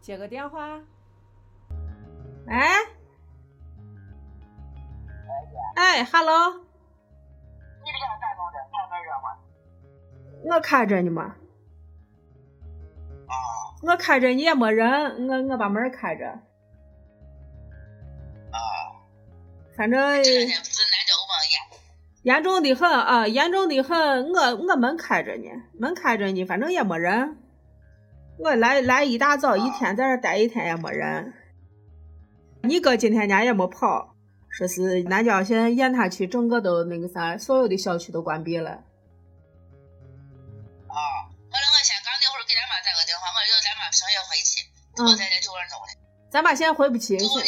接个电话。喂，哎，hello，你这样干工的，上班热吗？我看着呢嘛，啊，我看着你也没人，我我把门开着，啊，反正这点不难整吧也。严重的很啊，严重的很，我我门开着呢，门开着呢，反正也没人。我来来一大早一天，在这儿待一天也没人。你哥今天家也没跑，说是南郊现在雁塔区整个都那个啥，所有的小区都关闭了。啊，后来我先刚那会儿给咱妈打个电话，我叫咱妈平时回去，我在这就着弄的。咱妈现在回不去，不过呢，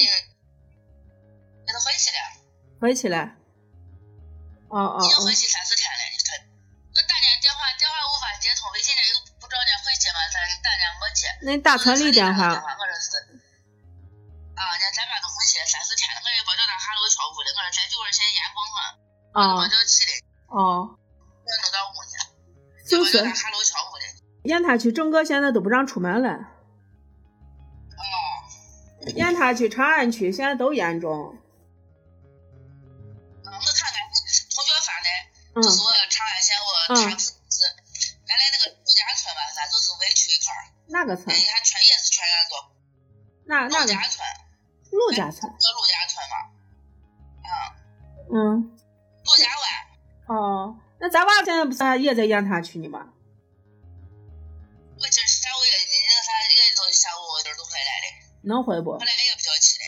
那都回去了，回去了。哦哦已经哦回，去三四天了。他我打那电话，电话无法接通，微信呢又不知道呢会接吗？咱打那没接。那你打村里电话，话，我说是，啊，那咱妈都回去了三四天了，我也不知道那哈喽跳舞了，我说咱就是先延工嘛，哦我就去了，哦，我弄到屋呢，就我是就那哈喽跳舞了，雁塔区整个现在都不让出门了。啊，雁塔区、长安区现在都严重。啊，我看俺同学发的，嗯就是我长安县我他父子，原来那个陆家村吧，啥都是围区一块儿，，哪个村人？家全也是全员多，哪哪陆嗯啊个家村，陆家村？叫陆家村嘛，啊，嗯，陆家湾，哦，那咱娃现在不是也在雁塔区呢吗？我今儿下午也那个啥，也都下午我这儿都回来了，能回不回？来也比较起来。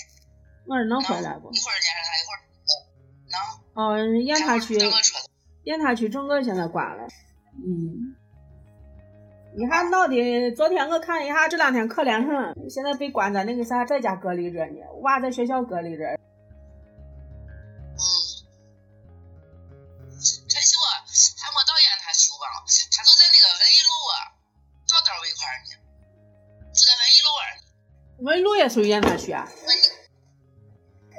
我是能回来不一？会儿加上他，一会儿能哦，雁塔区，整个车子雁塔区整个现在关了。嗯，你还闹的，昨天我看一下，这两天可怜很，现在被关在那个啥，在家隔离着呢，娃在学校隔离着。嗯，晨曦我还没到雁塔区吧，他就在那个文艺路啊，道道儿一块儿呢，就在文艺路啊。文路也属于雁塔区啊？我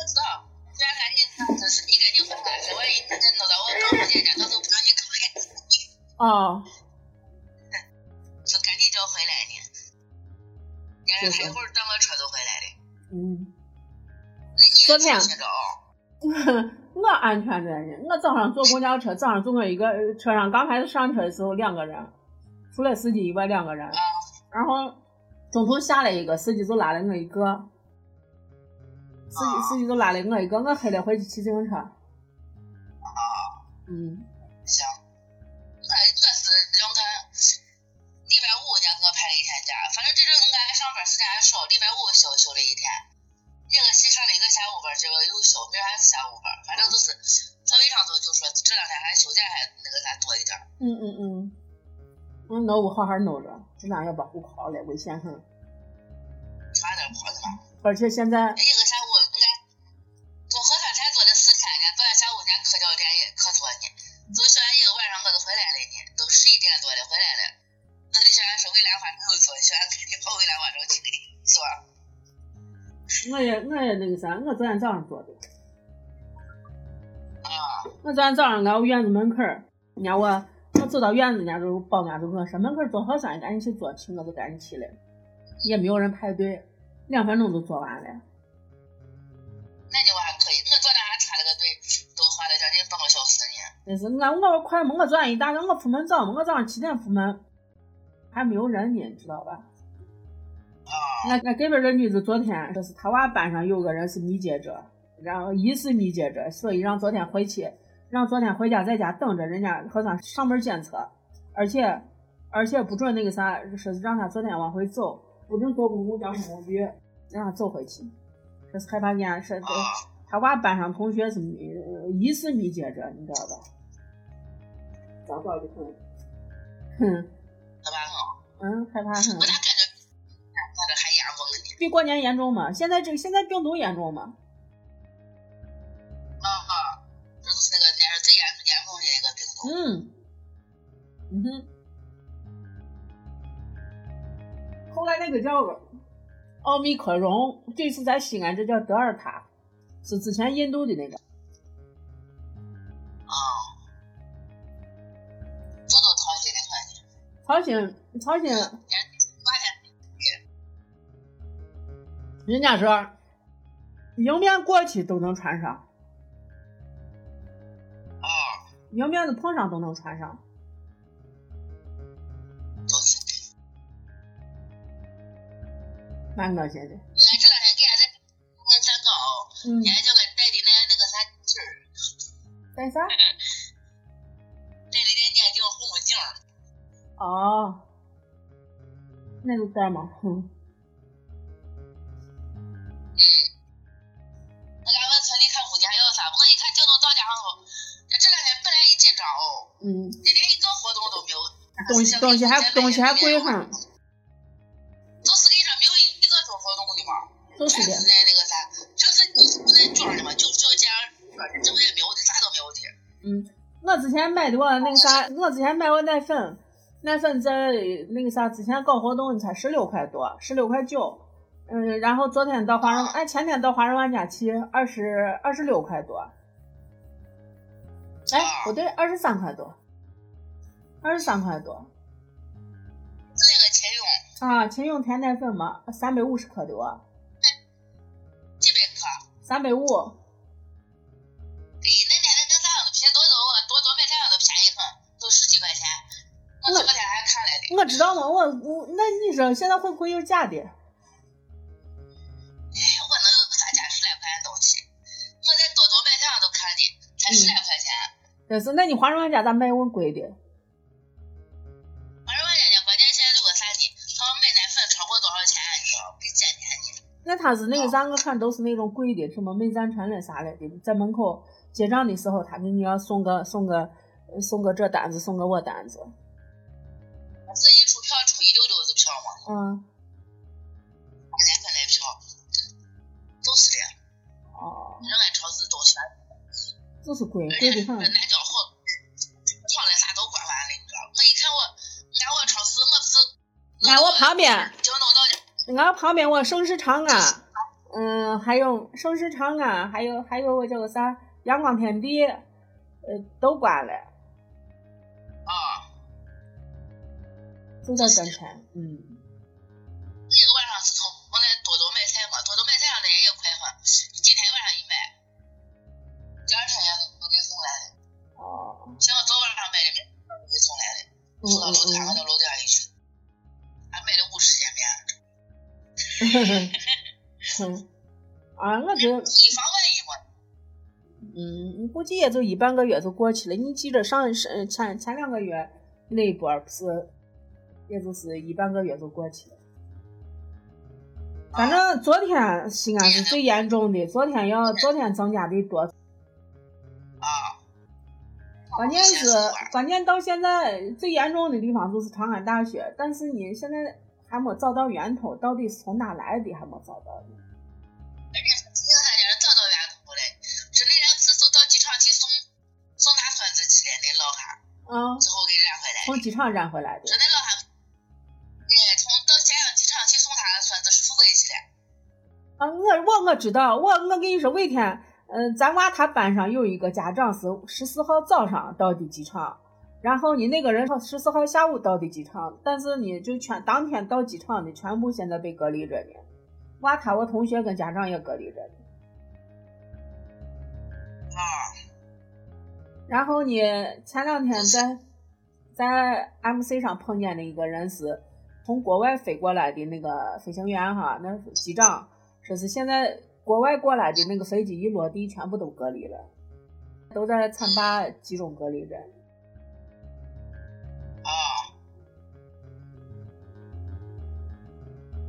知道，虽然俺你那这是你跟你回来，是我一天天弄到我丈母姐家，到时候不让你考验，哦，就赶紧叫回来呢。你看他一会儿等我车就回来了，嗯，那你也听不着。我安全着呢。我早上坐公交车，早上坐过一个呃车上，刚开始上车的时候两个人，除了司机以外两个人，啊然后中途下来一个，司机就拉了我一个，司机司机就拉了我一个，我黑了回去骑自行车。啊，嗯，行，哎，我是两个礼拜五人家给我排了一天假，反正这阵俺上班时间还少，礼拜五休休了一天，这个新上了一个下午班，这个又休，明儿还是下午班，反正就是稍微上头就说这两天还休假还那个啥多一点儿。嗯嗯嗯，我弄我好好弄着，这两要把户考了，危险很。差点跑的嘛。而且现在哎，一个下午俺做核酸才做了四天，俺昨天下午俺科教练也可做呢，就学完一个晚上我就回来了呢，都十一点多了回来了。那个学员说未来花没有做，学员肯定跑未来花城去了，是吧？我也我也那个啥，我昨天早上做的。啊，我昨天早上俺屋院子门口儿，人家我我走到院子，人家就保安就跟我说门口儿做核酸，你赶紧去做去，我就赶紧去了，也没有人排队，两分钟就做完了。那你我还可以，我昨天还插了个队，都花了将近半个小时呢。但是俺我快嘛，我昨天一大早我出门早嘛，我早上七点出门，还没有人呢，你知道吧？啊，俺俺隔壁儿这女子昨天说是她娃班上有个人是密接者，然后疑似密接者，所以让昨天回去，让昨天回家在家等着人家核酸上门检测，而且而且不准那个啥，说是让她昨天往回走，不准坐公共交通工具，让她走回去，说是害怕人家说啊，他娃班上同学是密呃疑似密接者，你知道吧？糟糕的很，哼，是吧？嗯，害怕很我。咋感觉我这还阳光呢？比过年严重吗？现在这现在病毒严重吗？啊啊，这就是那个那是最严严重的一个病毒。嗯，嗯哼。后来那个叫个奥密克戎，这次在西安这叫德尔塔，是之前印度的那个。啊，这都操心的很。曹鑫，曹鑫，那天，人家说迎面过去都能穿上，啊，迎面子碰上都能穿上。都是。蛮恶心的。俺这两天给俺在那蛋糕，嗯俺，还叫俺带的那那个啥劲儿，带啥？带的那眼镜护目镜儿，哦，那就带嘛，哼，我俺问村里看姑娘要啥，我一看京东到家上头，这这两天本来一紧张哦，嗯，这连一个活动都没有，东西东西还东西还贵很，就是给这没有一个做活动的嘛，都全是是的。那那个啥，就是不那卷的嘛，就就这样卷的，这个也没有的，啥都没有的，嗯我之前买的过那个啥，我之前买过奶粉，奶粉在那个啥之前搞活动才十六块多，十六块九。嗯，然后昨天到华人，哎，前天到华人玩家去，二十二十六块多。哎，不对，二十三块多，二十三块多是那个钱用啊！秦用甜奶粉嘛，三百五十克多，几百克。三百五。哎，那天那个啥样的拼多多，多多买啥样都便宜很，都十几块钱。我昨天还看来的，我知道嘛，我我那你说现在会不会有假的？哎，我能有他家十来块钱东西，我在多多买啥样都看的，才十来块钱。但是，那你华润万家咋卖我贵的？反正我人家关键现在有个啥呢？他们买奶粉超过多少钱，啊你知道不？比捡便宜。那他是那个啥，我看都是那种贵的，什么美赞臣了啥了的，在门口结账的时候，他给你要送个送个呃送个这单子，送个我单子，我是一出票出一溜溜子票嘛，嗯，奶粉那票都是这样，哦，人家超市都全就是贵，而贵且的这很。南郊货逛了啥都管完了，你知道？我一看我，俺我超市我是，俺我旁边京东到家，俺旁边我盛世长安，啊嗯，还有盛世长安，啊还有还有我叫个啥阳光天地，呃，都关了，啊，就在跟前，嗯，那个晚上是从我那多多买菜嘛，多多买菜上的人也快很，今天晚上一买，第二天人家都给送来了，哦， 像我昨晚上买的面都给送来了，嗯送到楼嗯下，嗯到。楼底下里去，俺买了五十斤面，哼，嗯啊，我这，以防万一嘛，嗯，估计也就一半个月就过去了。你记着上是前前两个月那一波儿不是，也就是一半个月就过去了。反正昨天西安是最严重的，昨天要昨天增加的多，啊，关键是关键到现在最严重的地方就是长安大学，但是你现在还没找到源头，到底是从哪来的还没找到呢。听他家人找到源头嘞，是那人是走到机场去送送他孙子去的那老汉，啊，最后给染回来的。从机场染回来的说。那老汉，哎，从到咸阳机场去送他的孙子是富贵去了。啊，我我我知道，我我跟你说，那天，嗯、咱娃他班上有一个家长是十四号早上到的机场，然后你那个人十四号下午到的机场，但是你就全当天到机场的全部现在被隔离着呢，娃他我同学跟家长也隔离着呢。啊，然后呢，前两天在在 MC 上碰见的一个人是从国外飞过来的那个飞行员哈，那机长说是现在国外过来的那个飞机一落地全部都隔离了，都在浐灞集中隔离着。啊，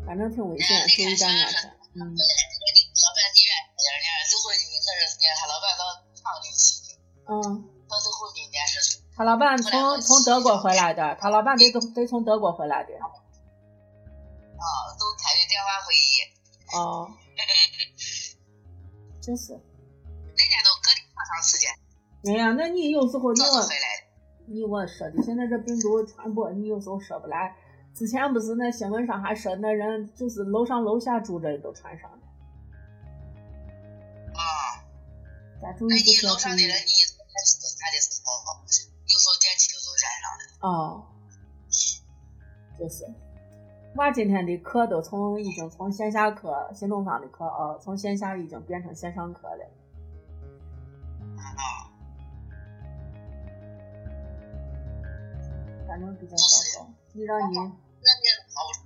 反正挺危险，注意点安全。嗯，老板医院那家人，最后一年可是人家他老板到厂里去，嗯，到最后一年是他老板从从德国回来的，他老板得得从德国回来的。啊，都开的电话会议，哦，就是，人家都隔离好长时间，哎呀，那你有时候你早我就回来的。你我说的，现在这病毒传播，你有时候说不来。之前不是那新闻上还说那人就是楼上楼下住着都传上了，啊，家注那意就你是要楼注上的意人，你开始他的时候，有时候电梯就都染上了。哦哦，就是，我今天的课都从已经从线下课、新东方的课啊，从线下已经变成线上课了。啊，反正比较糟糕。你让你，那你好，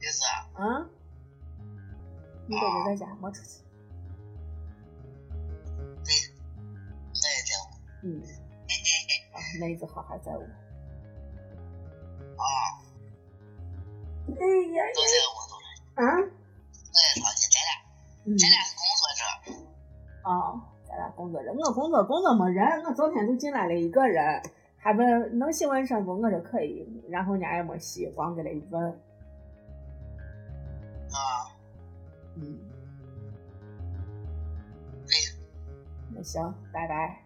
意思啊？啊，你哥哥在家，没出去。对对，嗯，啊，妹子好还在我。啊，哎呀都在我都是。啊，对，老姐，咱俩嗯，咱俩是工作者，哦，咱俩工作人，我工作工作没人，我昨天就进来了一个人，还问能洗纹身不？我说可以，然后人家也没洗，光给了一问。啊，嗯，哎对，那行，拜拜。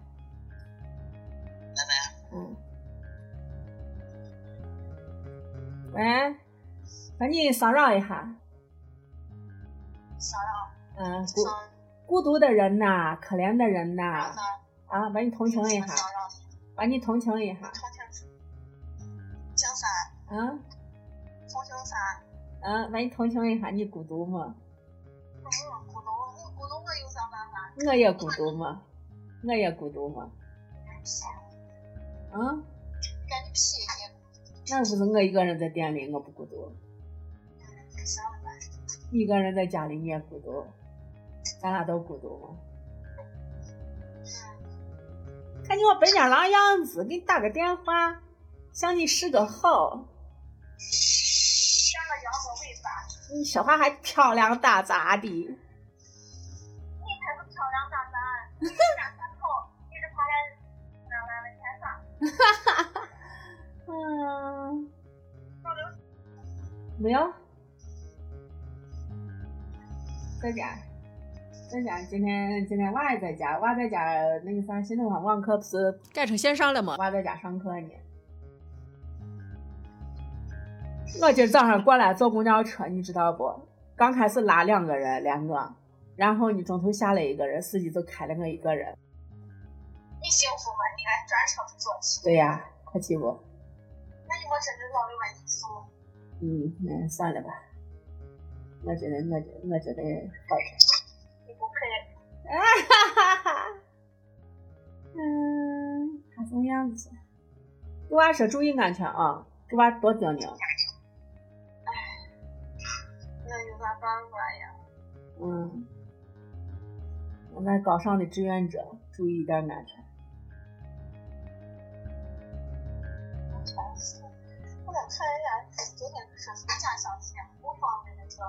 拜拜。嗯。喂，把你骚扰一下。啥呀？嗯，孤孤独的人呐，可怜的人呐，啊，把你同情一下，让把你同情一下。重庆，江山，啊重庆山，啊，把你同情一下，你孤独吗？不是鼓楼，鼓楼我有啥办法？我也孤独吗？我也孤独吗？啊，赶紧屁那不是我一个人在店里，我不孤独。也行了吧？一个人在家里你也孤独，咱俩都孤独吗？看见我白眼狼样子，给你打个电话，向你示个好。像个羊和尾巴，你说话还漂亮打杂的，你才是漂亮大咱，你是大三头，你是爬在那那那天上，嗯，没有，在家，在家。今天今天娃也在家，娃在家那个啥，新东方网课不是改成线上了吗？呃娃在家上课呢。我今儿早上过来坐公交车，你知道不？刚开始拉两个人，连我，然后你中途下来一个人，司机就开了我一个人。你幸福吗？你还专程坐起，对呀，快气不？那你没真正考虑问题数？嗯，那算了吧。我觉得，我觉得，我觉得好着。你不配，哈哈哈。 嗯，他什么样子？给娃说注意安全啊，给娃多叮咛。那有啥办法呀？嗯，我在高上的志愿者，注意一点安全。烦死了！我咋看人家哎昨天说是家乡县，我放那个车，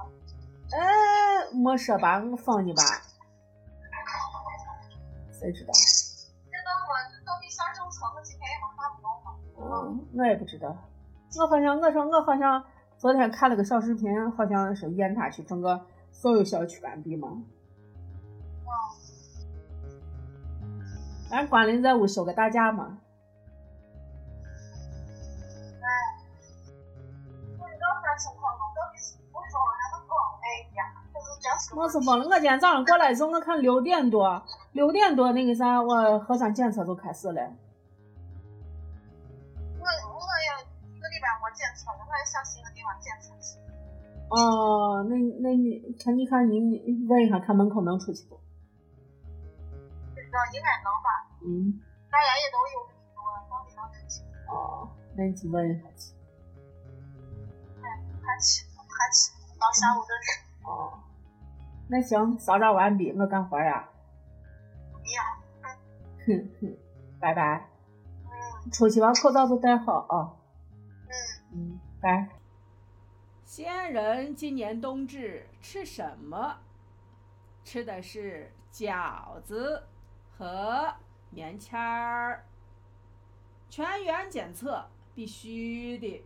哎，没说吧，我放你吧。谁知道？这都我这都没上政策，我今天也没看不懂嘛。嗯，我也不知道。我好像我说我好像昨天看了个小视频，好像是雁塔区整个所有小区关闭嘛。哇，俺关林在屋休个大假嘛。我知道啥情况了，到底是我说还能搞？哎呀，这是真是我是疯了！我今天早上过来的时候，我看六点多，六点多那个啥，我核酸检测就开始了。我我也一个礼拜没检测了，我也想新的地方检测去。哦，那那你看，你看你你问一下，看门口能出去不？不知道应该能吧？嗯，大家也都有这么多，到底能出去不？哦，那你去问一下去。还去还去到下午的事哦，那行，扫描完毕，我干活呀。一样。哼哼，拜拜。嗯出去把口罩都戴好啊。嗯。嗯，拜。先人今年冬至吃什么？吃的是饺子和棉签儿。全员检测必须的，